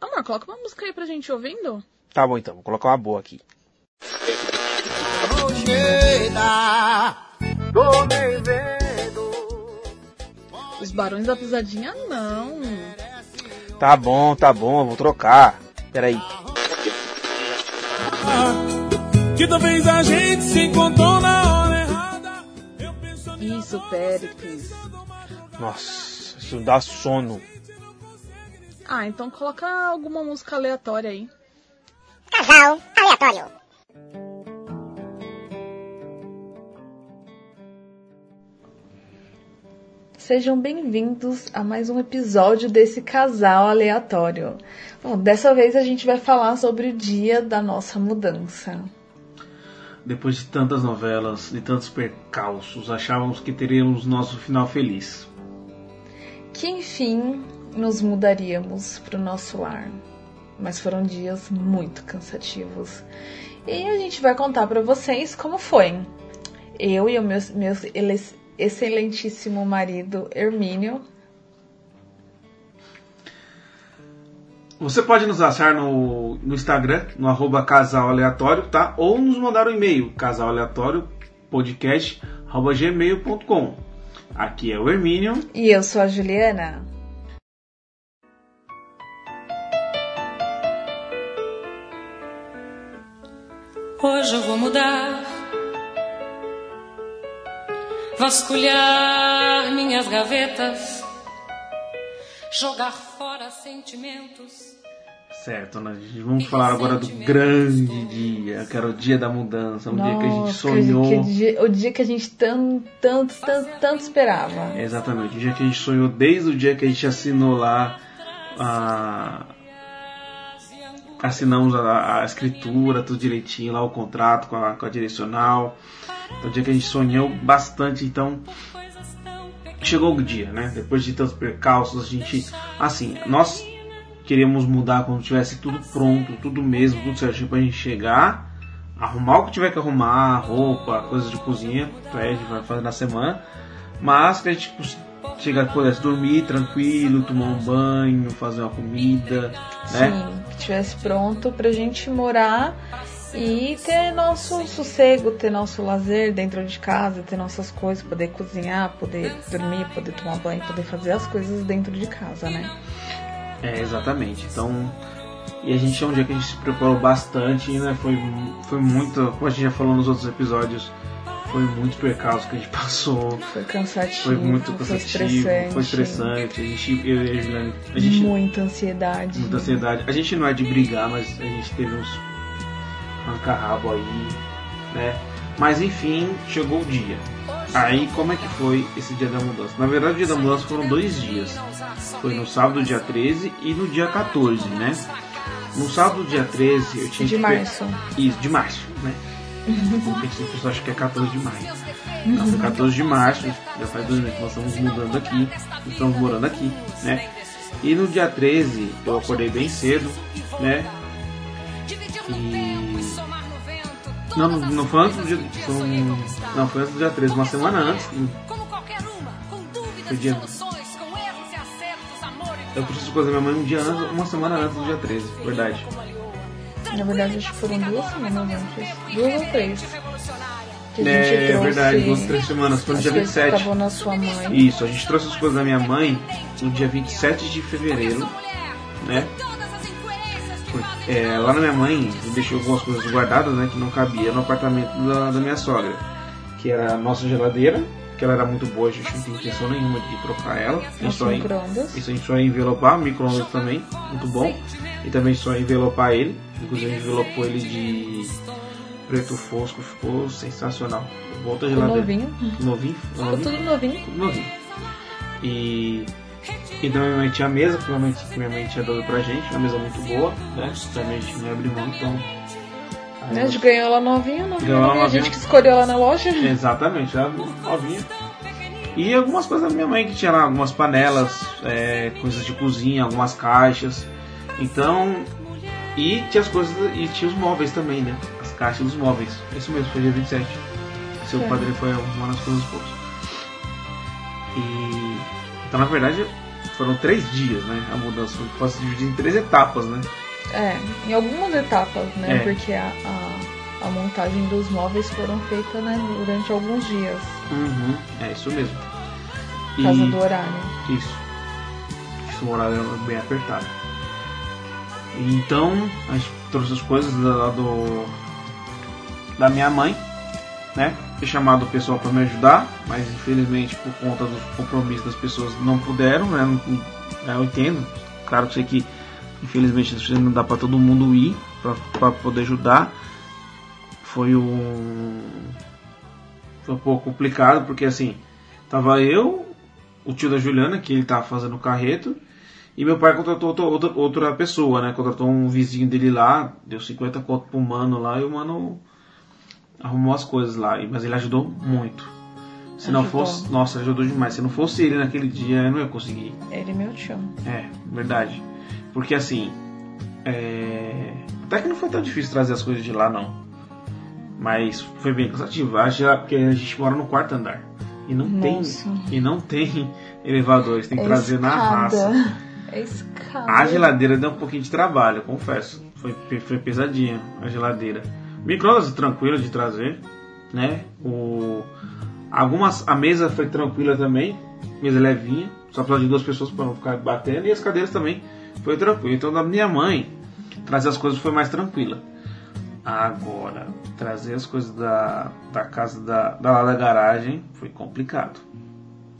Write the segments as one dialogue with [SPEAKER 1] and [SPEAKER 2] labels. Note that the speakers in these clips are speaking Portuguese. [SPEAKER 1] Amor, coloca uma música aí pra gente ir ouvindo.
[SPEAKER 2] Tá bom então, vou colocar uma boa aqui.
[SPEAKER 1] Os Barões da Pisadinha, não.
[SPEAKER 2] Tá bom, tá bom, eu vou trocar. Peraí.
[SPEAKER 3] Que talvez a gente se encontrou na hora errada. Eu penso
[SPEAKER 1] Isso, Péricles.
[SPEAKER 2] Nossa, isso dá sono.
[SPEAKER 1] Ah, então coloca alguma música aleatória aí.
[SPEAKER 4] Casal aleatório.
[SPEAKER 5] Sejam bem-vindos a mais um episódio desse casal aleatório. Bom, dessa vez a gente vai falar sobre o dia da nossa mudança.
[SPEAKER 6] Depois de tantas novelas, de tantos percalços, achávamos que teríamos nosso final feliz.
[SPEAKER 5] Que enfim nos mudaríamos para o nosso lar. Mas foram dias muito cansativos. E a gente vai contar para vocês como foi. Eu e o meu, meu ele- excelentíssimo marido Hermínio.
[SPEAKER 6] Você pode nos achar no, no Instagram, no arroba casal aleatório, tá? Ou nos mandar um e-mail, casal aleatório podcast, arroba gmail.com. Aqui é o Hermínio.
[SPEAKER 5] E eu sou a Juliana.
[SPEAKER 7] Hoje eu vou mudar, vasculhar minhas gavetas, jogar fora sentimentos.
[SPEAKER 6] Certo, né? Vamos falar agora do grande dia, que era o dia da mudança, um dia que a gente
[SPEAKER 5] Nossa, que-
[SPEAKER 6] sonhou.
[SPEAKER 5] que dia- o dia que a gente tan- tanto, tanto, tanto esperava.
[SPEAKER 6] Exatamente, o dia que a gente sonhou desde o dia que a gente assinou lá a. Assinamos a, a escritura, tudo direitinho, lá o contrato com a, com a direcional. Então, o dia que a gente sonhou bastante, então chegou o dia, né? Depois de tantos percalços, a gente. Assim, nós queríamos mudar quando tivesse tudo pronto, tudo mesmo, tudo certinho pra gente chegar, arrumar o que tiver que arrumar, roupa, coisas de cozinha, que aí a gente vai fazer na semana, mas que a gente cons- chegar pudesse dormir tranquilo, tomar um banho, fazer uma comida, né?
[SPEAKER 5] Sim, que estivesse pronto pra gente morar e ter nosso sossego, ter nosso lazer dentro de casa, ter nossas coisas, poder cozinhar, poder dormir, poder tomar banho, poder fazer as coisas dentro de casa, né?
[SPEAKER 6] É, exatamente. Então, e a gente é um dia que a gente se preparou bastante, né? Foi, mu- foi muito, como a gente já falou nos outros episódios, foi muito percalço que a gente passou.
[SPEAKER 5] Foi cansativo,
[SPEAKER 6] Foi muito
[SPEAKER 5] foi
[SPEAKER 6] cansativo,
[SPEAKER 5] estressante,
[SPEAKER 6] foi estressante. A gente, eu e a Juliane, a gente
[SPEAKER 5] muita ansiedade.
[SPEAKER 6] muita ansiedade. A gente não é de brigar, mas a gente teve uns arranca-rabo aí, né? Mas enfim, chegou o dia. Aí como é que foi esse dia da mudança? Na verdade, o dia da mudança foram dois dias. Foi no sábado, dia 13 e no dia 14, né? No sábado, dia 13, eu tinha
[SPEAKER 5] De
[SPEAKER 6] que pe-
[SPEAKER 5] março.
[SPEAKER 6] Isso, de março, né? O pessoal acha que é 14 de maio. Não, foi 14 de março, já faz dois meses que nós estamos mudando aqui, estamos morando aqui, né? E no dia 13 eu acordei bem cedo, né? E. Não, não, não foi antes do dia. foi um- Não, foi antes do dia 13, uma semana antes. né? Foi dia- Eu preciso coisa minha mãe um dia antes, uma semana antes do dia 13, verdade.
[SPEAKER 5] Na verdade, acho que foram duas semanas antes. Duas ou três. Que a gente
[SPEAKER 6] É
[SPEAKER 5] trouxe
[SPEAKER 6] verdade, duas, três semanas, foi no
[SPEAKER 5] as
[SPEAKER 6] dia
[SPEAKER 5] coisas que
[SPEAKER 6] 27.
[SPEAKER 5] estavam na sua mãe.
[SPEAKER 6] Isso, a gente trouxe as coisas da minha mãe no dia 27 de fevereiro, né? Foi- é, lá na minha mãe, deixou algumas coisas guardadas, né? Que não cabia no apartamento da, da minha sogra. Que era a nossa geladeira, que ela era muito boa, a gente não tinha intenção nenhuma de trocar ela. A gente
[SPEAKER 5] Nosso
[SPEAKER 6] só en-
[SPEAKER 5] micro-ondas.
[SPEAKER 6] isso a gente só ia envelopar, micro-ondas também, muito bom. E também só ia envelopar ele, inclusive envelopou ele de preto fosco, ficou sensacional. Volta a
[SPEAKER 5] Ficou
[SPEAKER 6] geladeira.
[SPEAKER 5] novinho.
[SPEAKER 6] Novinho?
[SPEAKER 5] Ficou
[SPEAKER 6] novinho?
[SPEAKER 5] tudo novinho.
[SPEAKER 6] tudo novinho. E então minha mãe tinha a mesa, que minha mãe, que minha mãe tinha dado pra gente, uma mesa muito boa, né? Também a gente não abriu mão, então. aí
[SPEAKER 5] Né? A
[SPEAKER 6] nós-
[SPEAKER 5] gente ganhou ela novinha, novinha,
[SPEAKER 6] Ganhou ela
[SPEAKER 5] novinha. A gente
[SPEAKER 6] novinha.
[SPEAKER 5] que escolheu ela na loja.
[SPEAKER 6] Exatamente, ela novinha. E algumas coisas da minha mãe que tinha lá, algumas panelas, é, coisas de cozinha, algumas caixas. Então. E tinha as coisas. E tinha os móveis também, né? As caixas dos móveis. Isso mesmo, foi dia 27. Seu
[SPEAKER 5] Certo.
[SPEAKER 6] padre foi arrumando as coisas poucos. E. Então na verdade foram três dias, né? A mudança pode se dividir em três etapas, né?
[SPEAKER 5] É, em algumas etapas, né?
[SPEAKER 6] É.
[SPEAKER 5] Porque a, a, a montagem dos móveis foram feita né, durante alguns dias,
[SPEAKER 6] Uhum. É isso mesmo.
[SPEAKER 5] por causa do horário.
[SPEAKER 6] Isso. Isso, o horário era bem apertado. E Então, a gente trouxe as coisas da, lá do, da minha mãe, né? Fui chamado o pessoal para me ajudar, mas infelizmente por conta dos compromissos das pessoas não puderam, né? Não- não- Eu entendo. Claro que sei que infelizmente isso não dá para todo mundo ir para poder ajudar. Foi um foi um pouco complicado porque assim, tava eu, o tio da Juliana, que ele tava fazendo o carreto, e meu pai contratou outra, outra, outra pessoa, né? Contratou um vizinho dele lá, deu 50 conto pro mano lá, e o mano arrumou as coisas lá, e- mas ele ajudou muito. Se não
[SPEAKER 5] Ajudou.
[SPEAKER 6] fosse, nossa, ajudou demais. Se não fosse ele naquele dia, eu não ia conseguir.
[SPEAKER 5] Ele e meu tio.
[SPEAKER 6] É, verdade. Porque assim, é... até que não foi tão difícil trazer as coisas de lá, não. Mas foi bem cansativo. Acho que- é Porque a gente mora no quarto andar. E não
[SPEAKER 5] Nossa.
[SPEAKER 6] tem. E não tem elevadores, tem que
[SPEAKER 5] É
[SPEAKER 6] trazer na
[SPEAKER 5] escada.
[SPEAKER 6] raça.
[SPEAKER 5] É escada.
[SPEAKER 6] A geladeira deu um pouquinho de trabalho, eu confesso. Foi, pe- foi pesadinha a geladeira. Microondas tranquilo de trazer, né? O algumas a mesa foi tranquila também, mesa levinha, só precisava de duas pessoas para não ficar batendo e as cadeiras também foi tranquilo. Então da minha mãe trazer as coisas foi mais tranquila. Agora trazer as coisas da, da casa da, da lá da garagem foi complicado.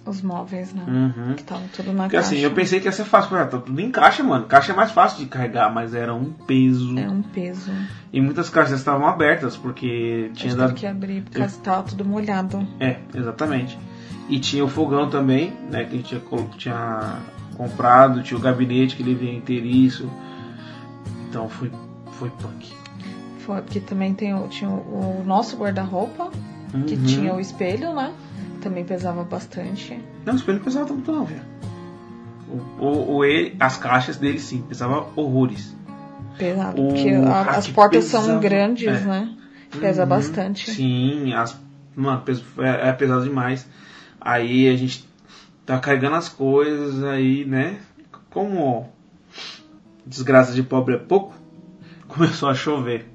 [SPEAKER 5] Os móveis, né?
[SPEAKER 6] Uhum.
[SPEAKER 5] Que estavam tudo na
[SPEAKER 6] Porque
[SPEAKER 5] caixa.
[SPEAKER 6] assim, eu pensei que ia ser fácil, porque tá tudo em caixa, mano. Caixa é mais fácil de carregar, mas era um peso.
[SPEAKER 5] É um peso.
[SPEAKER 6] E muitas caixas estavam abertas, porque
[SPEAKER 5] A gente
[SPEAKER 6] tinha
[SPEAKER 5] teve
[SPEAKER 6] dado.
[SPEAKER 5] que é abrir porque estava tudo molhado.
[SPEAKER 6] É, exatamente. E tinha o fogão também, né? Que a gente tinha, colo- tinha comprado, tinha o gabinete que ele vinha inteiriço. Então foi, foi punk.
[SPEAKER 5] Foi porque também tem o, tinha o, o nosso guarda-roupa, que
[SPEAKER 6] Uhum.
[SPEAKER 5] tinha o espelho, né? Também pesava bastante.
[SPEAKER 6] Não, o espelho não pesava tanto não, velho. O, o, o ele- as caixas dele sim, pesava horrores.
[SPEAKER 5] Pesava,
[SPEAKER 6] O
[SPEAKER 5] porque a-
[SPEAKER 6] rack
[SPEAKER 5] as portas são
[SPEAKER 6] pesava.
[SPEAKER 5] grandes,
[SPEAKER 6] É.
[SPEAKER 5] né? Pesa
[SPEAKER 6] Uhum.
[SPEAKER 5] bastante.
[SPEAKER 6] Sim, as, mano, peso- é, é pesado demais. Aí a gente tá carregando as coisas, aí, né? Como desgraça de pobre é pouco, começou a chover.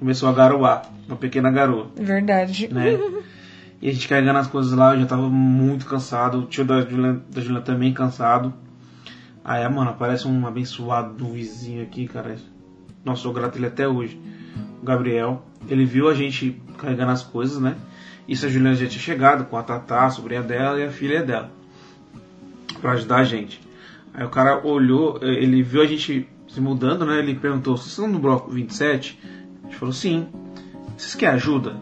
[SPEAKER 6] Começou a garoar, uma pequena garoa,
[SPEAKER 5] Verdade.
[SPEAKER 6] né? E a gente carregando as coisas lá, eu já tava muito cansado, o tio da Juliana, da Juliana também cansado. Aí, mano, aparece um abençoado do vizinho aqui, cara. Nossa, sou grato a ele até hoje. O Gabriel. Ele viu a gente carregando as coisas, né? Isso a Juliana já tinha chegado com a Tatá, a sobrinha dela e a filha dela. Pra ajudar a gente. Aí o cara olhou, eh, ele viu a gente se mudando, né? Ele perguntou: Vocês estão no bloco 27? A gente falou: Sim. Vocês querem ajuda?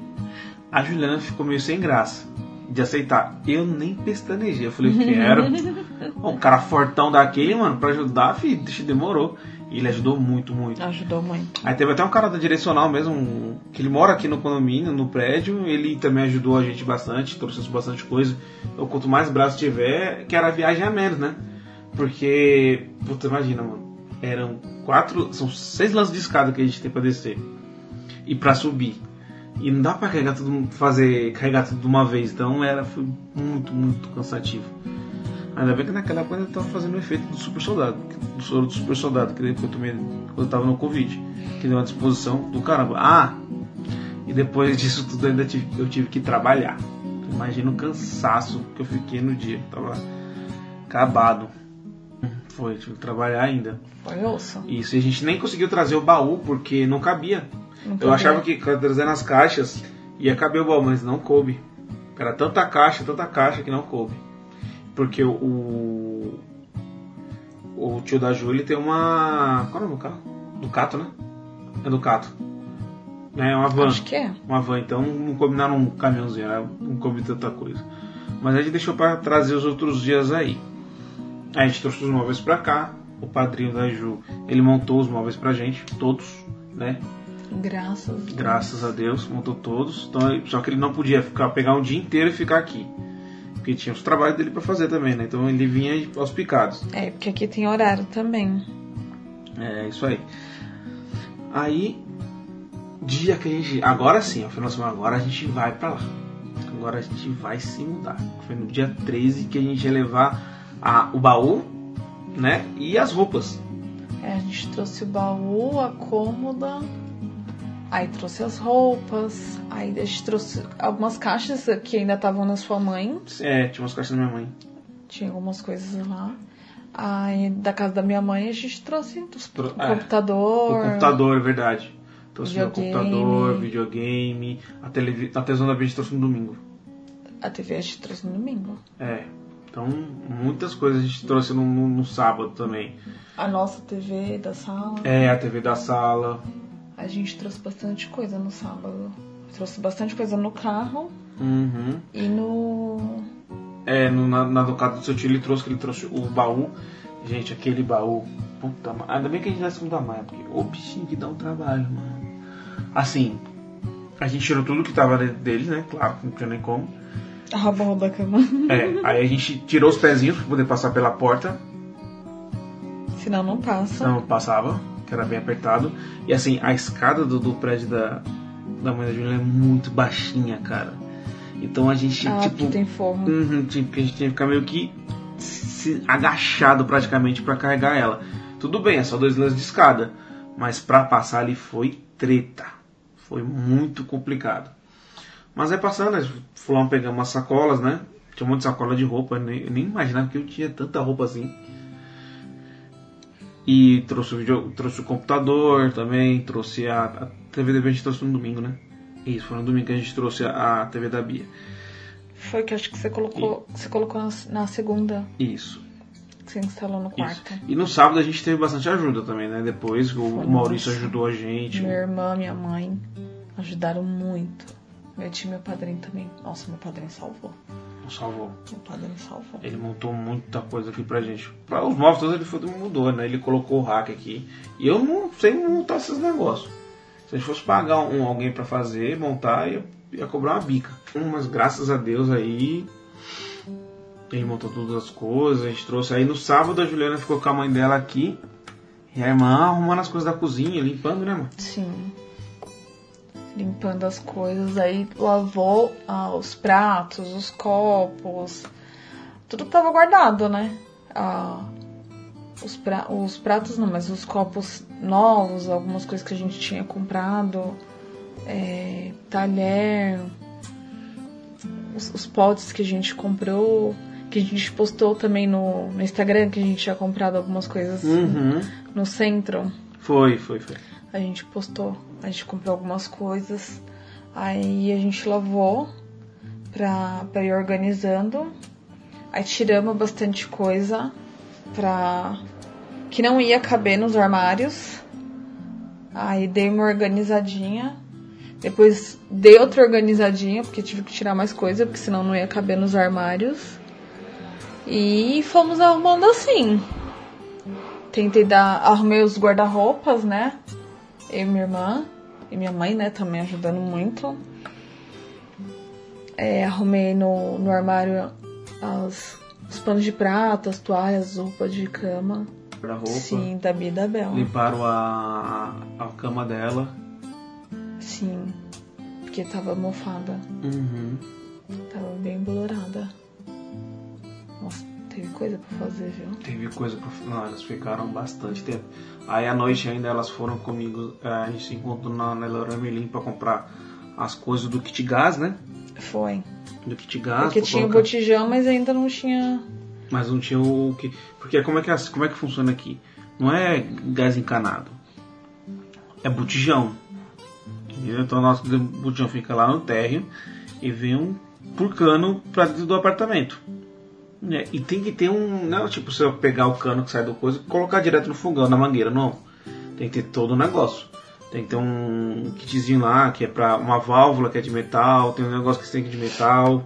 [SPEAKER 6] A Juliana ficou meio sem graça de aceitar. Eu nem pestanejei. Eu falei: Quero. Bom, um cara fortão daquele, mano, pra ajudar, filho, deixa- demorou. E ele ajudou muito, muito.
[SPEAKER 5] Uh, Ajudou muito.
[SPEAKER 6] Aí teve até um cara da direcional mesmo, um- que ele mora aqui no condomínio, no prédio, ele também ajudou a gente bastante, trouxe bastante coisa. Então, quanto mais braço tiver, que era a viagem a menos, né? Porque, puta, imagina, mano, eram quatro, são seis lances de escada que a gente tem pra descer e pra subir. E não dá pra carregar tudo, fazer, carregar tudo de uma vez, então era, foi muito, muito cansativo. Ainda bem que naquela época ainda tava fazendo o efeito do super soldado, do soro do super soldado, que depois eu tomei quando eu tava no Covid, que deu uma disposição do caramba. Ah! E depois disso tudo ainda tive, eu tive que trabalhar. Imagina o cansaço que eu fiquei no dia, tava acabado. Foi, tive que trabalhar ainda.
[SPEAKER 5] Foi osso.
[SPEAKER 6] Isso, e a gente nem conseguiu trazer o baú porque não cabia.
[SPEAKER 5] Não
[SPEAKER 6] Eu
[SPEAKER 5] cabia.
[SPEAKER 6] achava que trazendo as caixas ia caber o baú, mas não coube. Era tanta caixa, tanta caixa que não coube. Porque o. O, o tio da Júlia tem uma. Qual é o nome do carro? Ducato, né? É Ducato. Né? É uma van.
[SPEAKER 5] Acho que é.
[SPEAKER 6] Uma van, então não combinaram um caminhãozinho, né? não coube tanta coisa. Mas a gente deixou pra trazer os outros dias aí. Aí a gente trouxe os móveis pra cá. O padrinho da Ju, ele montou os móveis pra gente, todos, né?
[SPEAKER 5] Graças. a Deus.
[SPEAKER 6] Graças a Deus, montou todos. Então, ele- só que ele não podia ficar pegar um dia inteiro e ficar aqui. Porque tinha os trabalhos dele pra fazer também, né? Então ele vinha aos picados.
[SPEAKER 5] É, porque aqui tem horário também.
[SPEAKER 6] É isso aí. Aí, dia que a gente. Agora sim, ó, final de semana, agora a gente vai pra lá. Agora a gente vai se mudar. Foi no dia 13 que a gente ia levar a- o baú, né? E as roupas.
[SPEAKER 5] É, a gente trouxe o baú, a cômoda, aí trouxe as roupas, aí a gente trouxe algumas caixas que ainda estavam na sua mãe,
[SPEAKER 6] É, tinha umas caixas da minha mãe.
[SPEAKER 5] tinha algumas coisas lá. Aí da casa da minha mãe a gente trouxe os-
[SPEAKER 6] Tro-
[SPEAKER 5] o
[SPEAKER 6] é,
[SPEAKER 5] computador.
[SPEAKER 6] O computador, é verdade. Trouxe meu
[SPEAKER 5] Videogame.
[SPEAKER 6] computador, videogame, a, televi... a televisão da Bia a gente trouxe no domingo.
[SPEAKER 5] A TV a gente trouxe no domingo.
[SPEAKER 6] É. Então, muitas coisas a gente trouxe no, no- no sábado também.
[SPEAKER 5] A nossa TV da sala.
[SPEAKER 6] É, a TV da sala.
[SPEAKER 5] A gente trouxe bastante coisa no sábado. Trouxe bastante coisa no carro
[SPEAKER 6] Uhum.
[SPEAKER 5] e no.
[SPEAKER 6] É, no, na, na locada do seu tio ele trouxe, que ele trouxe o baú. Gente, aquele baú. Puta, ma- ainda bem que a gente desce da maia, porque o bichinho que dá um trabalho, mano. Assim, a gente tirou tudo que tava dentro dele, né? Claro, não tinha nem como.
[SPEAKER 5] A borda da cama.
[SPEAKER 6] É, aí a gente tirou os pezinhos pra poder passar pela porta.
[SPEAKER 5] Senão não passa.
[SPEAKER 6] Não passava, que era bem apertado. E assim, a escada do, do prédio da, da mãe da Juliana é muito baixinha, cara. Então a gente,
[SPEAKER 5] ah,
[SPEAKER 6] tipo.
[SPEAKER 5] porque tem forno.
[SPEAKER 6] Uhum, tinha- porque a gente tinha que ficar meio que se- agachado praticamente pra carregar ela. Tudo bem, é só dois lances de escada, mas pra passar ali foi treta. Foi muito complicado. Mas aí passando, nós fulano pegamos umas sacolas, né? Tinha um monte de sacola de roupa, eu nem, eu nem imaginava que eu tinha tanta roupa assim. E trouxe o, vídeo, trouxe o computador também, trouxe a, a TV da Bia, a gente trouxe no domingo, né? Isso, foi no domingo que a gente trouxe a, a TV da Bia.
[SPEAKER 5] Foi que acho que você colocou. Você colocou na, na segunda,
[SPEAKER 6] Isso.
[SPEAKER 5] que você instalou no
[SPEAKER 6] Isso.
[SPEAKER 5] quarto.
[SPEAKER 6] E no sábado a gente teve bastante ajuda também, né? Depois o
[SPEAKER 5] Foi,
[SPEAKER 6] Maurício
[SPEAKER 5] nossa.
[SPEAKER 6] ajudou a gente.
[SPEAKER 5] Minha irmã, minha mãe ajudaram muito. Meu tio e meu padrinho também. Nossa, meu padrinho salvou.
[SPEAKER 6] Nos salvou.
[SPEAKER 5] Meu padrinho salvou.
[SPEAKER 6] Ele montou muita coisa aqui pra gente. Pra os móveis todos ele foi, mudou, né? Ele colocou o rack aqui. E eu não sei montar esses negócios. Se a gente fosse pagar um, alguém pra fazer, montar, ia, ia cobrar uma bica. Hum, Mas graças a Deus aí. Ele montou todas as coisas, a gente trouxe. Aí no sábado a Juliana ficou com a mãe dela aqui. E a irmã arrumando as coisas da cozinha, limpando, né, mano?
[SPEAKER 5] Sim. Limpando as coisas, aí lavou ah, os pratos, os copos. Tudo tava guardado, né? Ah, os, pra- os pratos não, mas os copos novos, algumas coisas que a gente tinha comprado, é, talher, os, os potes que a gente comprou, que a gente postou também no, no Instagram, que a gente tinha comprado algumas coisas
[SPEAKER 6] Uhum.
[SPEAKER 5] no centro.
[SPEAKER 6] Foi, foi, foi.
[SPEAKER 5] A gente postou, a gente comprou algumas coisas, aí a gente lavou pra, pra ir organizando. Aí tiramos bastante coisa pra. que não ia caber nos armários. Aí dei uma organizadinha. Depois dei outra organizadinha, porque tive que tirar mais coisa, porque senão não ia caber nos armários. E fomos arrumando assim. Tentei dar. Arrumei os guarda-roupas, né? Eu e minha irmã. E minha mãe, né, também ajudando muito. É, arrumei no, no armário as, os panos de prata, as toalhas, roupa de cama.
[SPEAKER 6] Pra roupa.
[SPEAKER 5] Sim, da Bia e da Bel.
[SPEAKER 6] Limparam a, a cama dela.
[SPEAKER 5] Sim. Porque tava mofada. Tava bem bolorada. Nossa, teve coisa pra fazer, viu?
[SPEAKER 6] Teve coisa pra. Não, elas ficaram bastante tempo. Aí à noite ainda elas foram comigo. eh, A gente se encontrou na, na Leroy Merlin pra comprar as coisas do kit gás, né?
[SPEAKER 5] Foi.
[SPEAKER 6] Do kit gás.
[SPEAKER 5] Porque
[SPEAKER 6] pra
[SPEAKER 5] tinha o
[SPEAKER 6] colocar.
[SPEAKER 5] botijão, mas ainda não tinha.
[SPEAKER 6] Mas não tinha o que. Porque como é que, as- como é que funciona aqui? Não é gás encanado. É botijão. Entendeu? Então nosso botijão fica lá no térreo e vem um por cano pra dentro do apartamento. Né? E tem que ter um. Não, tipo, você pegar o cano que sai do coisa e colocar direto no fogão, na mangueira, não. Tem que ter todo o negócio. Tem que ter um kitzinho lá que é pra uma válvula que é de metal, tem um negócio que tem que é de metal.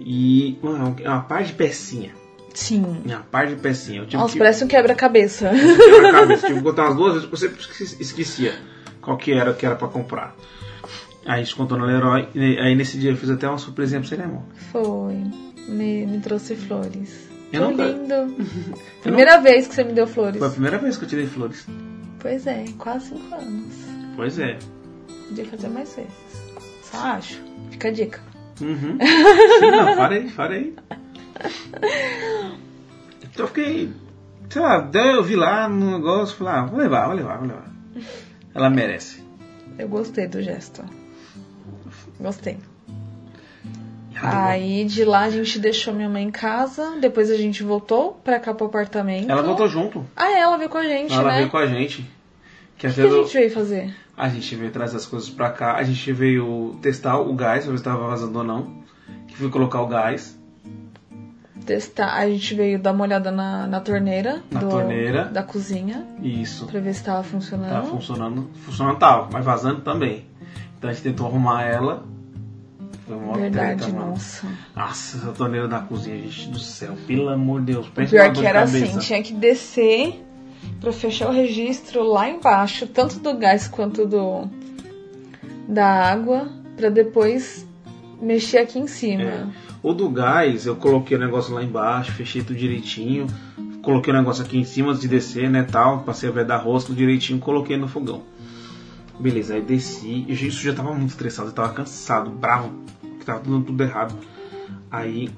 [SPEAKER 6] E. Mano, é uma par de pecinha.
[SPEAKER 5] Sim.
[SPEAKER 6] Minha parte de pecinha. Eu tive
[SPEAKER 5] Nossa,
[SPEAKER 6] que
[SPEAKER 5] parece um quebra-cabeça.
[SPEAKER 6] quebra-cabeça. tive que contar umas duas vezes, porque eu sempre esque- esquecia qual que era o que era pra comprar. Aí a gente contou no Leroy. e Aí nesse dia eu fiz até uma surpresinha pra você, né, amor?
[SPEAKER 5] Foi. Me, me trouxe flores.
[SPEAKER 6] Eu
[SPEAKER 5] Tão
[SPEAKER 6] nunca-
[SPEAKER 5] lindo. Primeira vez que você me deu flores.
[SPEAKER 6] Foi a primeira vez que eu tirei flores.
[SPEAKER 5] Pois é, quase cinco anos.
[SPEAKER 6] Pois é.
[SPEAKER 5] Podia fazer mais vezes. Só acho. Fica a dica.
[SPEAKER 6] Uhum. Sim, não, para aí, para aí. Então eu fiquei, sei lá, daí eu vi lá no negócio, falei, ah, vou levar, vou levar, vou levar. Ela merece.
[SPEAKER 5] Eu gostei do gesto. Gostei.
[SPEAKER 6] E ela doou.
[SPEAKER 5] Aí de lá a gente deixou minha mãe em casa, depois a gente voltou pra cá pro apartamento.
[SPEAKER 6] Ela voltou junto.
[SPEAKER 5] Ah, é, ela veio com a gente,
[SPEAKER 6] Ela
[SPEAKER 5] né?
[SPEAKER 6] veio com a gente. Que às
[SPEAKER 5] O que a
[SPEAKER 6] vezes eu-
[SPEAKER 5] gente veio fazer?
[SPEAKER 6] a gente veio trazer as coisas pra cá. A gente veio testar o gás, pra ver se tava vazando ou não. Que fui colocar o gás
[SPEAKER 5] Testar. A gente veio dar uma olhada na, na torneira.
[SPEAKER 6] Na
[SPEAKER 5] do-
[SPEAKER 6] torneira.
[SPEAKER 5] Da cozinha.
[SPEAKER 6] e isso.
[SPEAKER 5] Pra ver se tava funcionando.
[SPEAKER 6] Tava funcionando, funcionando tava, mas vazando também. Então a gente tentou arrumar ela. Foi uma
[SPEAKER 5] Verdade,
[SPEAKER 6] treta, mano.
[SPEAKER 5] nossa.
[SPEAKER 6] Nossa, essa torneira da cozinha, gente do céu. Pelo amor de Deus.
[SPEAKER 5] O
[SPEAKER 6] Pensa
[SPEAKER 5] pior
[SPEAKER 6] numa dor
[SPEAKER 5] que
[SPEAKER 6] de
[SPEAKER 5] era
[SPEAKER 6] cabeça.
[SPEAKER 5] assim, tinha que descer pra fechar o registro lá embaixo, tanto do gás quanto do da água, pra depois mexer aqui em
[SPEAKER 6] É.
[SPEAKER 5] cima.
[SPEAKER 6] O do gás, eu coloquei o negócio lá embaixo, fechei tudo direitinho. Coloquei o negócio aqui em cima antes de descer, né, tal. Passei a vedar rosto direitinho, coloquei no fogão. Beleza, aí desci. E isso já tava muito estressado, eu tava cansado, bravo. Que tava dando tudo errado. Aí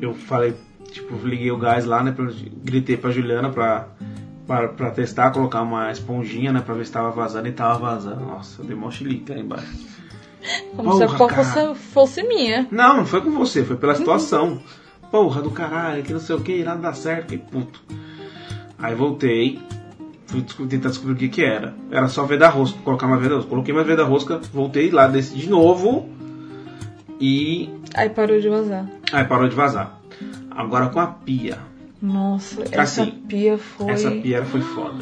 [SPEAKER 6] eu falei, tipo, liguei o gás lá, né, pra, gritei pra Juliana pra, pra, pra testar, colocar uma esponjinha, né, pra ver se tava vazando. E tava vazando. Nossa, eu dei mó chilique lá embaixo.
[SPEAKER 5] Como se a
[SPEAKER 6] Porra,
[SPEAKER 5] culpa
[SPEAKER 6] cara.
[SPEAKER 5] fosse, fosse minha.
[SPEAKER 6] Não, não foi com você, foi pela situação. Porra do caralho, que não sei o que, nada dá certo, que puto. Aí voltei, fui desco- tentar descobrir o que que era. Era só veda rosca, colocar mais veda rosca. Coloquei mais veda rosca, voltei lá, desci de novo e.
[SPEAKER 5] Aí parou de vazar.
[SPEAKER 6] Aí parou de vazar. Agora com a pia.
[SPEAKER 5] Nossa, essa
[SPEAKER 6] Assim,
[SPEAKER 5] pia foi.
[SPEAKER 6] Essa pia era- foi foda.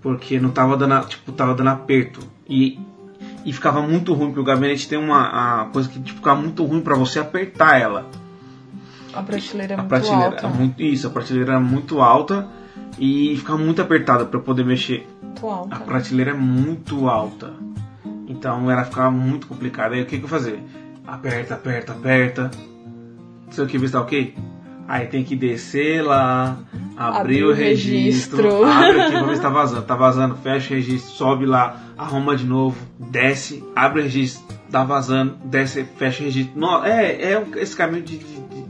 [SPEAKER 6] Porque não tava dando, a- tipo, tava dando aperto. E, e ficava muito ruim, porque o gabinete tem uma a coisa que tipo, ficava muito ruim pra você apertar ela.
[SPEAKER 5] A prateleira é
[SPEAKER 6] a
[SPEAKER 5] muito
[SPEAKER 6] prateleira
[SPEAKER 5] alta.
[SPEAKER 6] era muito isso a prateleira era muito alta e ficava muito apertada para poder mexer
[SPEAKER 5] Muito
[SPEAKER 6] a
[SPEAKER 5] alta.
[SPEAKER 6] prateleira é muito alta então era ficava muito complicado aí o que que eu fazer aperta aperta aperta não sei o que está ok aí tem que descer lá abrir
[SPEAKER 5] Abrir
[SPEAKER 6] o
[SPEAKER 5] o
[SPEAKER 6] registro,
[SPEAKER 5] registro.
[SPEAKER 6] abre aqui pra ver se tá vazando tá vazando fecha o registro sobe lá arruma de novo desce abre o registro tá vazando desce fecha o registro não é é um- esse caminho de- de- de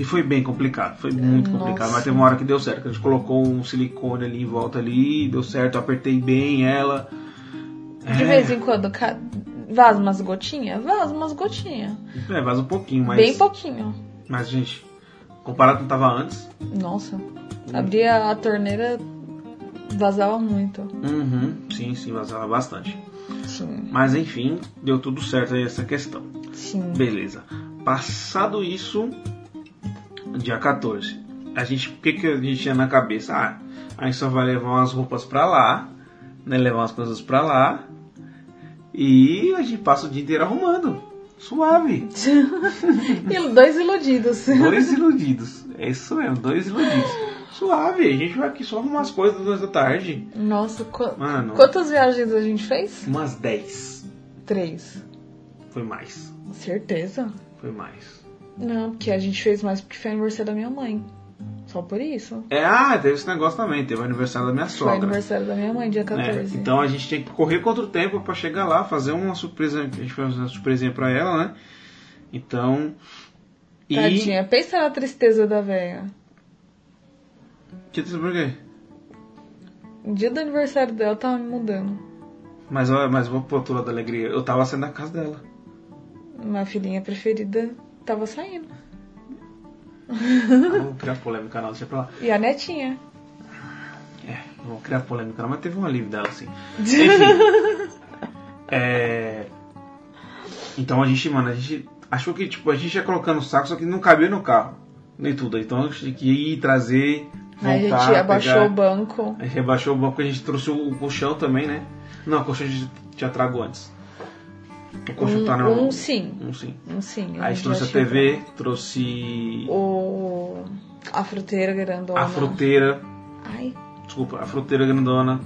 [SPEAKER 6] e foi bem complicado, foi muito complicado.
[SPEAKER 5] Nossa.
[SPEAKER 6] Mas teve uma hora que deu certo. que A gente colocou um silicone ali em volta ali, deu certo, eu apertei bem ela.
[SPEAKER 5] De
[SPEAKER 6] É.
[SPEAKER 5] vez em quando ca- vaza umas gotinhas? Vaza umas gotinhas.
[SPEAKER 6] É, vaza um pouquinho, mas.
[SPEAKER 5] Bem pouquinho.
[SPEAKER 6] Mas, gente, comparado com o que tava antes.
[SPEAKER 5] Nossa.
[SPEAKER 6] Hum.
[SPEAKER 5] Abria a torneira, vazava muito.
[SPEAKER 6] Uhum, sim, sim, vazava bastante.
[SPEAKER 5] Sim,
[SPEAKER 6] Mas enfim, deu tudo certo aí essa questão.
[SPEAKER 5] sim.
[SPEAKER 6] Beleza. Passado isso, dia 14. A gente, o que, que a gente tinha na cabeça? Ah, a gente só vai levar umas roupas pra lá, né? Levar umas coisas pra lá. E a gente passa o dia inteiro arrumando. Suave.
[SPEAKER 5] E dois iludidos.
[SPEAKER 6] Dois iludidos. É isso mesmo, dois iludidos. Suave, a gente vai aqui só arrumar as coisas durante a tarde.
[SPEAKER 5] Nossa, qu-
[SPEAKER 6] Mano,
[SPEAKER 5] quantas viagens a gente fez?
[SPEAKER 6] umas 10.
[SPEAKER 5] Três.
[SPEAKER 6] Foi mais.
[SPEAKER 5] Certeza?
[SPEAKER 6] Foi mais.
[SPEAKER 5] Não, porque a gente fez mais porque foi aniversário da minha mãe. Só por isso.
[SPEAKER 6] É, ah, teve esse negócio também. Teve o aniversário da minha
[SPEAKER 5] Foi
[SPEAKER 6] sogra.
[SPEAKER 5] aniversário da minha mãe, dia
[SPEAKER 6] né?
[SPEAKER 5] 14.
[SPEAKER 6] Então a gente tinha que correr contra o tempo pra chegar lá, fazer uma surpresa, a gente fez uma surpresinha pra ela, né? Então e
[SPEAKER 5] Tadinha, pensa na tristeza da véia.
[SPEAKER 6] que por quê?
[SPEAKER 5] No dia do aniversário dela, eu tava me mudando.
[SPEAKER 6] Mas olha, mas vou pro outro lado da alegria. Eu tava saindo da casa dela.
[SPEAKER 5] Minha filhinha preferida tava saindo.
[SPEAKER 6] Não vou criar polêmica não, deixa pra lá.
[SPEAKER 5] E a netinha.
[SPEAKER 6] É, não vou criar polêmica não, mas teve um alívio dela assim. Enfim. é... Então a gente, mano, a gente achou que tipo, a gente ia colocando o saco, só que não cabia no carro. Nem tudo. Então a gente tinha que ir trazer. Voltar,
[SPEAKER 5] Aí a gente abaixou
[SPEAKER 6] pegar.
[SPEAKER 5] o banco.
[SPEAKER 6] A gente rebaixou o banco, a gente trouxe o colchão também, né? Não, o colchão a gente já trago antes. O colchão tá na
[SPEAKER 5] Um, um sim.
[SPEAKER 6] Um sim.
[SPEAKER 5] Um sim.
[SPEAKER 6] Aí a gente trouxe a
[SPEAKER 5] já chegou.
[SPEAKER 6] TV, trouxe
[SPEAKER 5] O... A fruteira grandona.
[SPEAKER 6] a fruteira.
[SPEAKER 5] Ai,
[SPEAKER 6] Desculpa, a fruteira grandona.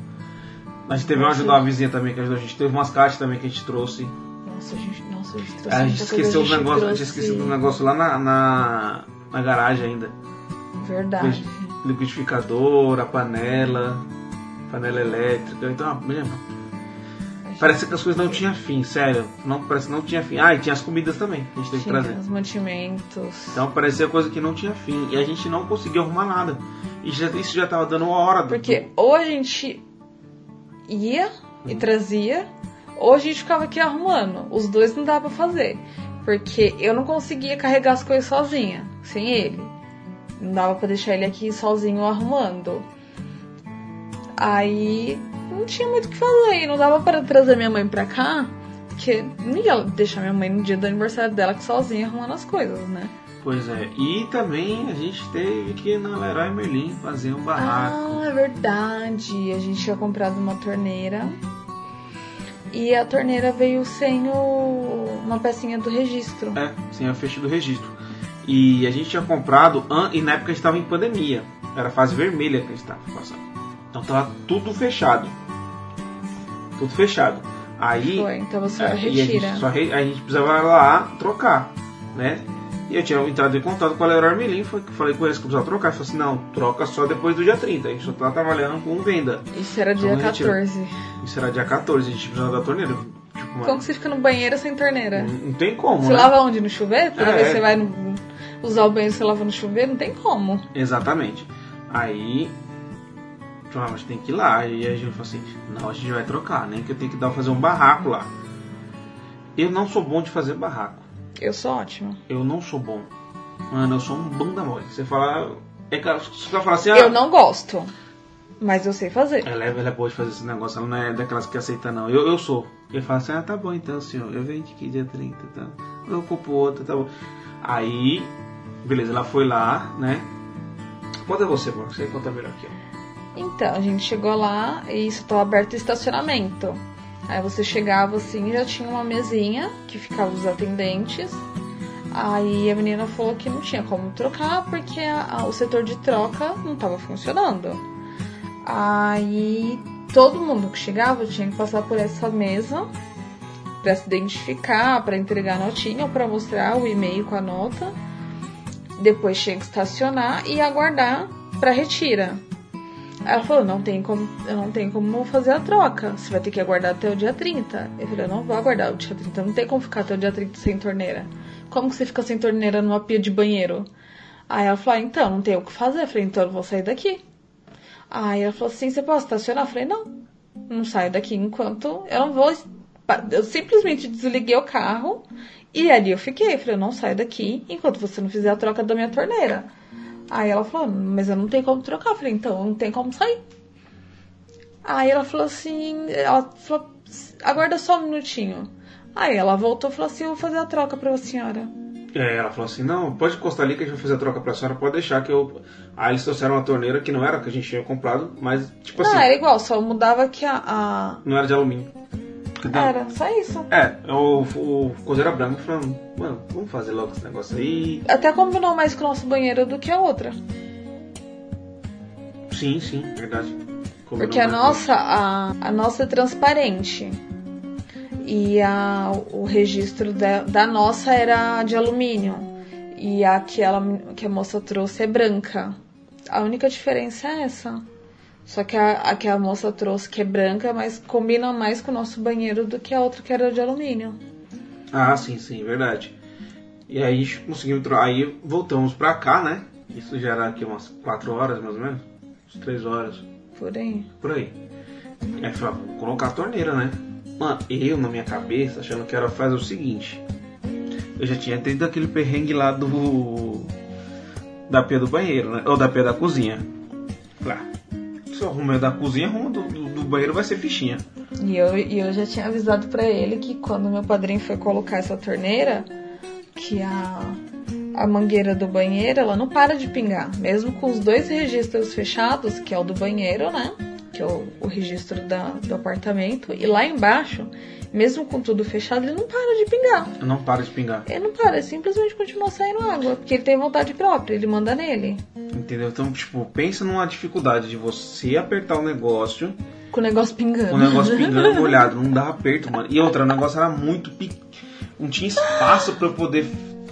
[SPEAKER 6] A gente teve uma ajuda uma vizinha também que ajudou a gente. Teve umas caixas também que a gente trouxe.
[SPEAKER 5] Nossa, a gente, nossa, a gente trouxe
[SPEAKER 6] A gente
[SPEAKER 5] muita coisa,
[SPEAKER 6] esqueceu o
[SPEAKER 5] a gente
[SPEAKER 6] negócio, a
[SPEAKER 5] trouxe-
[SPEAKER 6] gente esqueceu do negócio lá na, na, na garagem ainda.
[SPEAKER 5] Verdade.
[SPEAKER 6] Liquidificador, a panela, panela elétrica. Então, ah, lembra?
[SPEAKER 5] A gente
[SPEAKER 6] Parece que as coisas não tinham fim, sério. Não, parece que não tinha fim. Ah, e tinha as comidas também que a gente teve que
[SPEAKER 5] Tinha
[SPEAKER 6] trazer.
[SPEAKER 5] os mantimentos.
[SPEAKER 6] Então parecia coisa que não tinha fim. E a gente não conseguiu arrumar nada. E já- isso já tava dando uma hora. do-
[SPEAKER 5] Porque ou a gente ia e trazia, ou a gente ficava aqui arrumando. Os dois não dava pra fazer. Porque eu não conseguia carregar as coisas sozinha, sem ele. Não dava pra deixar ele aqui sozinho arrumando. Aí não tinha muito o que fazer. E não dava pra trazer minha mãe pra cá. Porque não ia deixar minha mãe no dia do aniversário dela aqui sozinha arrumando as coisas, né?
[SPEAKER 6] Pois é. E também a gente teve que ir na Leroy Merlin fazer um barraco.
[SPEAKER 5] Ah, é verdade. A gente tinha comprado uma torneira. E a torneira veio sem o... uma pecinha do registro.
[SPEAKER 6] É, sem a fecha do registro. E a gente tinha comprado, an- e na época a gente estava em pandemia. Era a fase vermelha que a gente estava passando. Então tava tudo fechado. Tudo fechado. Aí.
[SPEAKER 5] Foi, então você
[SPEAKER 6] É, e a
[SPEAKER 5] retira.
[SPEAKER 6] gente, só re- a gente precisava ir lá trocar, né? E eu tinha entrado em contato com a Leroy Merlin, foi, falei com eles que eu precisava trocar. Ele falou assim, não, troca só depois do dia 30, a gente só tá trabalhando com venda.
[SPEAKER 5] Isso era
[SPEAKER 6] só
[SPEAKER 5] dia
[SPEAKER 6] um retiro.
[SPEAKER 5] 14.
[SPEAKER 6] Isso era dia 14, a gente precisava da torneira. Tipo, mano,
[SPEAKER 5] Como que você fica no banheiro sem torneira?
[SPEAKER 6] não, não tem como,
[SPEAKER 5] Você
[SPEAKER 6] né?
[SPEAKER 5] lava onde? No chuveiro? Toda
[SPEAKER 6] É,
[SPEAKER 5] vez
[SPEAKER 6] é.
[SPEAKER 5] que você vai no- usar o banheiro, você lava no chuveiro? Não tem como.
[SPEAKER 6] Exatamente. Aí, João, a gente tem que ir lá. E a gente falou assim, não, a gente vai trocar, nem que eu tenho que dar fazer um barraco lá. Eu não sou bom de fazer barraco.
[SPEAKER 5] Eu sou ótima.
[SPEAKER 6] Eu não sou bom. Mano, eu sou um bunda mole. Você fala. É que você vai falar assim, ah,
[SPEAKER 5] Eu não gosto, mas eu sei fazer.
[SPEAKER 6] Ela é, ela é boa de fazer esse negócio, ela não é daquelas que aceita, não. Eu, eu sou. Eu falo assim, ah, tá bom então, senhor. Eu venho aqui dia 30, tá? Eu ocupo outra, tá bom. Aí, beleza, ela foi lá, né? Conta você, amor, você conta melhor aqui, ó.
[SPEAKER 5] Então, a gente chegou lá e só tava aberto o estacionamento. Aí você chegava assim e já tinha uma mesinha que ficava os atendentes. Aí a menina falou que não tinha como trocar porque a- a- o setor de troca não tava funcionando. Aí todo mundo que chegava tinha que passar por essa mesa para se identificar, para entregar a notinha ou para mostrar o e-mail com a nota. Depois tinha que estacionar e aguardar para retira. Aí Ela falou, não tem como, eu não tenho como fazer a troca. Você vai ter que aguardar até o dia 30. Eu falei, eu não vou aguardar o dia 30. Não tem como ficar até o dia 30 sem torneira. Como que você fica sem torneira numa pia de banheiro? Aí ela falou, ah, então, não tem o que fazer. Eu falei, então eu vou sair daqui. Aí ela falou assim, você pode estacionar? Eu falei, não. Não saio daqui enquanto eu não vou. pa- Eu simplesmente desliguei o carro e ali eu fiquei. Eu falei, eu não saio daqui enquanto você não fizer a troca da minha torneira. Aí ela falou, mas eu não tenho como trocar. Eu falei, então não tem como sair. Aí ela falou assim, ela falou, aguarda só um minutinho. Aí ela voltou e falou assim, eu vou fazer a troca pra senhora.
[SPEAKER 6] É, ela falou assim, não, pode encostar ali que a gente vai fazer a troca pra senhora, pode deixar que eu. Aí eles trouxeram uma torneira que não era a que a gente tinha comprado, mas tipo
[SPEAKER 5] não,
[SPEAKER 6] assim,
[SPEAKER 5] era igual, só mudava que a... a-
[SPEAKER 6] não era de alumínio. Entendeu?
[SPEAKER 5] Era, só isso.
[SPEAKER 6] É, o, o coisa era branco falando, mano, vamos fazer logo esse negócio aí.
[SPEAKER 5] Até combinou mais com o nosso banheiro do que a outra.
[SPEAKER 6] Sim, sim, verdade. Combinou
[SPEAKER 5] Porque é a
[SPEAKER 6] mais
[SPEAKER 5] nossa, a, a nossa é transparente. E a, o registro da, da nossa era de alumínio. E a que, ela, que a moça trouxe é branca. A única diferença é essa. Só que a, a que a moça trouxe, que é branca, mas combina mais com o nosso banheiro do que a outra que era de alumínio.
[SPEAKER 6] Ah, sim, sim, verdade. E aí conseguimos tro- aí voltamos pra cá, né? Isso já era aqui umas 4 horas mais ou menos, umas 3 horas,
[SPEAKER 5] Porém.
[SPEAKER 6] por aí. Aí falava, vou colocar a torneira, né? Mano, eu na minha cabeça achando que era fazer o seguinte. Eu já tinha tido aquele perrengue lá do. Da pia do banheiro, né? Ou da pia da cozinha. Lá. Se eu arrumo a da cozinha, arrumo do, do- do banheiro vai ser fichinha.
[SPEAKER 5] E eu, e eu já tinha avisado pra ele que quando meu padrinho foi colocar essa torneira, que a, a mangueira do banheiro, ela não para de pingar. Mesmo com os dois registros fechados, que é o do banheiro, né? Que é o, o registro da, do apartamento. E lá embaixo, mesmo com tudo fechado, ele não para de pingar.
[SPEAKER 6] Eu não para de pingar.
[SPEAKER 5] Ele não para, ele simplesmente continua saindo água. Porque ele tem vontade própria, ele manda nele.
[SPEAKER 6] Entendeu? Então, tipo, pensa numa dificuldade de você apertar o negócio,
[SPEAKER 5] Com o negócio pingando.
[SPEAKER 6] o Um negócio pingando molhado, não dá aperto, mano. E outra, o negócio era muito pe- não tinha espaço pra eu poder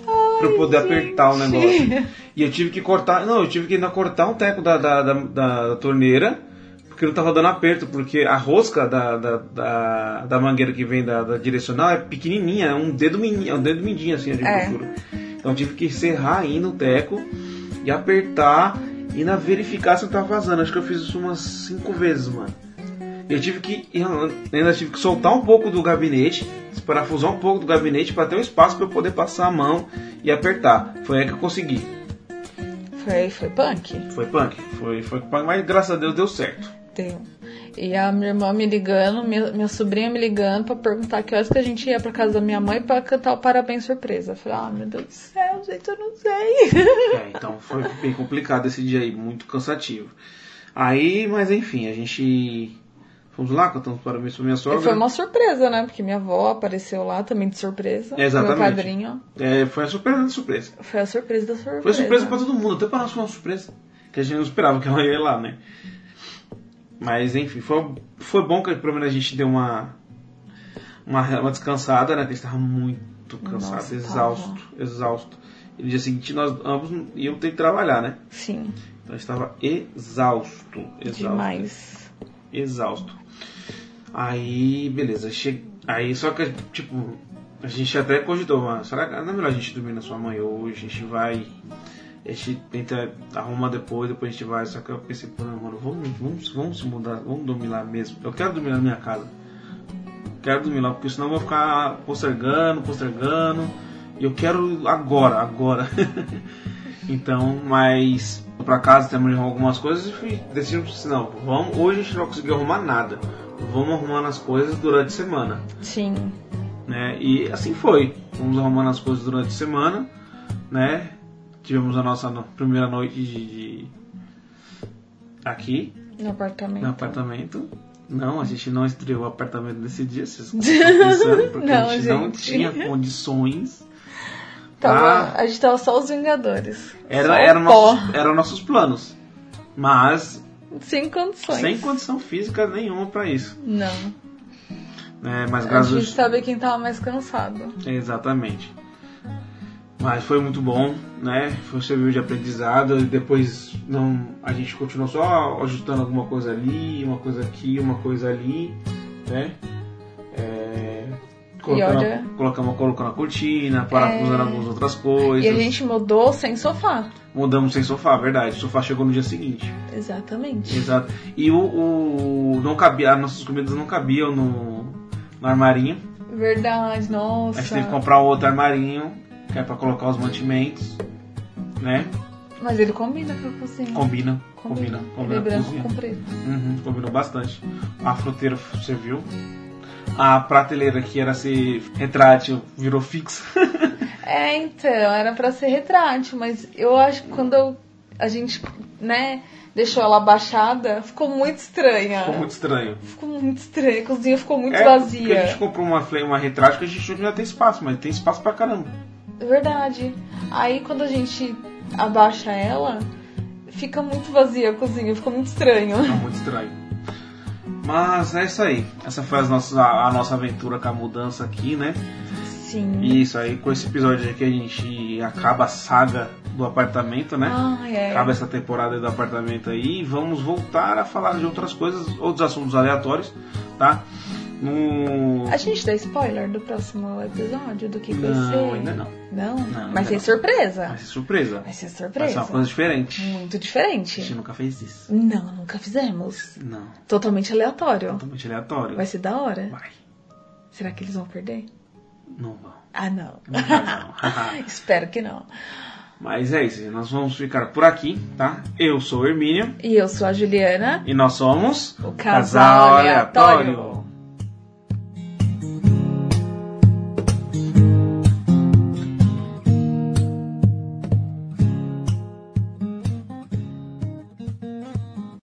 [SPEAKER 6] para poder apertar o negócio. E eu tive que cortar, não, eu tive que ainda cortar um teco da, da, da, da torneira, porque aquilo tá rodando aperto, porque a rosca da, da, da, da mangueira que vem da, da direcional é pequenininha, é um dedo mindinho, é um dedo mindinho assim de
[SPEAKER 5] É.
[SPEAKER 6] grossura. Então eu tive que serrar ainda o teco e apertar e na verificar se eu tava vazando. Acho que eu fiz isso umas cinco vezes, mano. Eu tive que eu ainda tive que soltar um pouco do gabinete, parafusar um pouco do gabinete para ter um espaço para eu poder passar a mão e apertar. Foi aí que eu consegui.
[SPEAKER 5] Foi, foi punk.
[SPEAKER 6] Foi punk, foi foi punk, mas graças a Deus deu certo.
[SPEAKER 5] Deu. E a minha irmã me ligando, minha, minha sobrinha me ligando pra perguntar que horas que a gente ia pra casa da minha mãe pra cantar o Parabéns Surpresa. Eu falei, ah, meu Deus do céu, gente, eu não sei.
[SPEAKER 6] É, então foi bem complicado esse dia aí, muito cansativo. Aí, mas enfim, a gente fomos lá, cantamos parabéns pra minha
[SPEAKER 5] E
[SPEAKER 6] sogra.
[SPEAKER 5] foi uma surpresa, né? Porque minha avó apareceu lá também de surpresa.
[SPEAKER 6] Exatamente.
[SPEAKER 5] Meu padrinho.
[SPEAKER 6] É, foi a surpresa da surpresa.
[SPEAKER 5] Foi a surpresa da surpresa.
[SPEAKER 6] Foi surpresa pra todo mundo, até pra nós foi uma surpresa. Que a gente não esperava que ela ia lá, né? Mas enfim, foi, foi bom que pelo menos a gente deu uma, uma, uma descansada, né? Porque a gente tava muito cansado,
[SPEAKER 5] Nossa,
[SPEAKER 6] exausto, exausto. E no dia seguinte nós ambos iam ter que trabalhar, né?
[SPEAKER 5] Sim,
[SPEAKER 6] Então a gente tava exausto, exausto.
[SPEAKER 5] demais.
[SPEAKER 6] exausto. Aí, beleza. Che... Aí, só que, tipo, a gente até cogitou, mano, será que não é melhor a gente dormir na sua mãe hoje? A gente vai. A gente tenta arrumar depois, depois a gente vai. Só que eu pensei, pô, não, mano, vamos, vamos, vamos se mudar, vamos dormir lá mesmo. Eu quero dormir na minha casa. Quero dormir lá, porque senão eu vou ficar postergando, postergando. E eu quero agora, agora. Então, mas fui pra casa temos algumas coisas e fui- decidimos assim, não, vamos, hoje a gente não conseguiu arrumar nada. Vamos arrumando as coisas durante a semana,
[SPEAKER 5] Sim.
[SPEAKER 6] né? E assim foi. Fomos arrumando as coisas durante a semana, né? Tivemos a nossa no- primeira noite de, de- aqui
[SPEAKER 5] No apartamento.
[SPEAKER 6] no apartamento. Não, a gente não estreou o apartamento nesse dia, vocês estão pensando, porque a
[SPEAKER 5] Não,
[SPEAKER 6] gente, não
[SPEAKER 5] gente.
[SPEAKER 6] tinha condições.
[SPEAKER 5] Tava-
[SPEAKER 6] Ah.
[SPEAKER 5] A gente tava só os Vingadores. Só
[SPEAKER 6] Era,
[SPEAKER 5] o
[SPEAKER 6] era
[SPEAKER 5] pó.
[SPEAKER 6] nossos, eram nossos planos. Mas
[SPEAKER 5] Sem condições.
[SPEAKER 6] Sem condição física nenhuma pra isso.
[SPEAKER 5] Não.
[SPEAKER 6] Né? Mas
[SPEAKER 5] A
[SPEAKER 6] graças a
[SPEAKER 5] gente tá- sabe quem tava mais cansado.
[SPEAKER 6] Exatamente. Mas foi muito bom, né? Foi serviu de aprendizado. e Depois não, a gente continuou só ajustando alguma coisa ali, uma coisa aqui, uma coisa ali, né? É, colocando,
[SPEAKER 5] olha- É.
[SPEAKER 6] colocamos, colocando a cortina, parafusando algumas outras coisas.
[SPEAKER 5] E a gente mudou sem sofá.
[SPEAKER 6] Mudamos sem sofá, verdade. O sofá chegou no dia seguinte.
[SPEAKER 5] Exatamente.
[SPEAKER 6] Exato. E o, o- não cabia, as nossas comidas não cabiam no, no armarinho.
[SPEAKER 5] Verdade,
[SPEAKER 6] A gente
[SPEAKER 5] nossa.
[SPEAKER 6] teve que comprar outro armarinho, que é pra colocar os mantimentos, né?
[SPEAKER 5] Mas ele combina com a cozinha.
[SPEAKER 6] Combina, combina,
[SPEAKER 5] Ele
[SPEAKER 6] combina
[SPEAKER 5] é
[SPEAKER 6] com a
[SPEAKER 5] branco
[SPEAKER 6] cozinha.
[SPEAKER 5] com preto.
[SPEAKER 6] Uhum, combinou bastante. A fruteira f- serviu. A prateleira que era ser retrátil virou fixa.
[SPEAKER 5] É, então, era pra ser retrátil, mas eu acho que quando eu- a gente, né, deixou ela baixada, ficou muito estranha.
[SPEAKER 6] Ficou muito estranho.
[SPEAKER 5] Ficou muito estranha, a cozinha ficou muito
[SPEAKER 6] É, Porque a
[SPEAKER 5] vazia.
[SPEAKER 6] gente comprou uma, fle- uma retrátil que a gente não ia ter espaço, mas tem espaço pra caramba.
[SPEAKER 5] Verdade. Aí quando a gente abaixa ela, fica muito vazia a cozinha, ficou muito estranho.
[SPEAKER 6] Tá muito estranho. Mas é isso aí. Essa foi as nossas, a, a nossa aventura com a mudança aqui, né?
[SPEAKER 5] Sim.
[SPEAKER 6] E isso aí, com esse episódio aqui a gente acaba a saga do apartamento, né?
[SPEAKER 5] Ah, é.
[SPEAKER 6] Acaba essa temporada do apartamento aí e vamos voltar a falar de outras coisas, outros assuntos aleatórios, tá? No...
[SPEAKER 5] A gente dá spoiler do próximo episódio, do que vai
[SPEAKER 6] Não,
[SPEAKER 5] ser?
[SPEAKER 6] ainda não.
[SPEAKER 5] Não?
[SPEAKER 6] Não,
[SPEAKER 5] Mas
[SPEAKER 6] ainda
[SPEAKER 5] tem
[SPEAKER 6] não.
[SPEAKER 5] surpresa.
[SPEAKER 6] Vai ser surpresa.
[SPEAKER 5] Vai ser
[SPEAKER 6] Vai
[SPEAKER 5] surpresa. Hum,
[SPEAKER 6] ser uma coisa diferente.
[SPEAKER 5] Muito
[SPEAKER 6] A gente
[SPEAKER 5] diferente.
[SPEAKER 6] nunca fez isso.
[SPEAKER 5] Não, nunca fizemos.
[SPEAKER 6] Não,
[SPEAKER 5] Totalmente aleatório.
[SPEAKER 6] totalmente aleatório.
[SPEAKER 5] Hum. Vai ser da hora.
[SPEAKER 6] Vai.
[SPEAKER 5] Será que eles vão perder?
[SPEAKER 6] Não vão.
[SPEAKER 5] Ah, não.
[SPEAKER 6] Não vai, não.
[SPEAKER 5] Espero que não.
[SPEAKER 6] Mas é isso, nós vamos ficar por aqui, tá? Eu sou o Hermínio
[SPEAKER 5] E eu sou a Juliana.
[SPEAKER 6] e nós somos
[SPEAKER 5] O Casal Aleatório.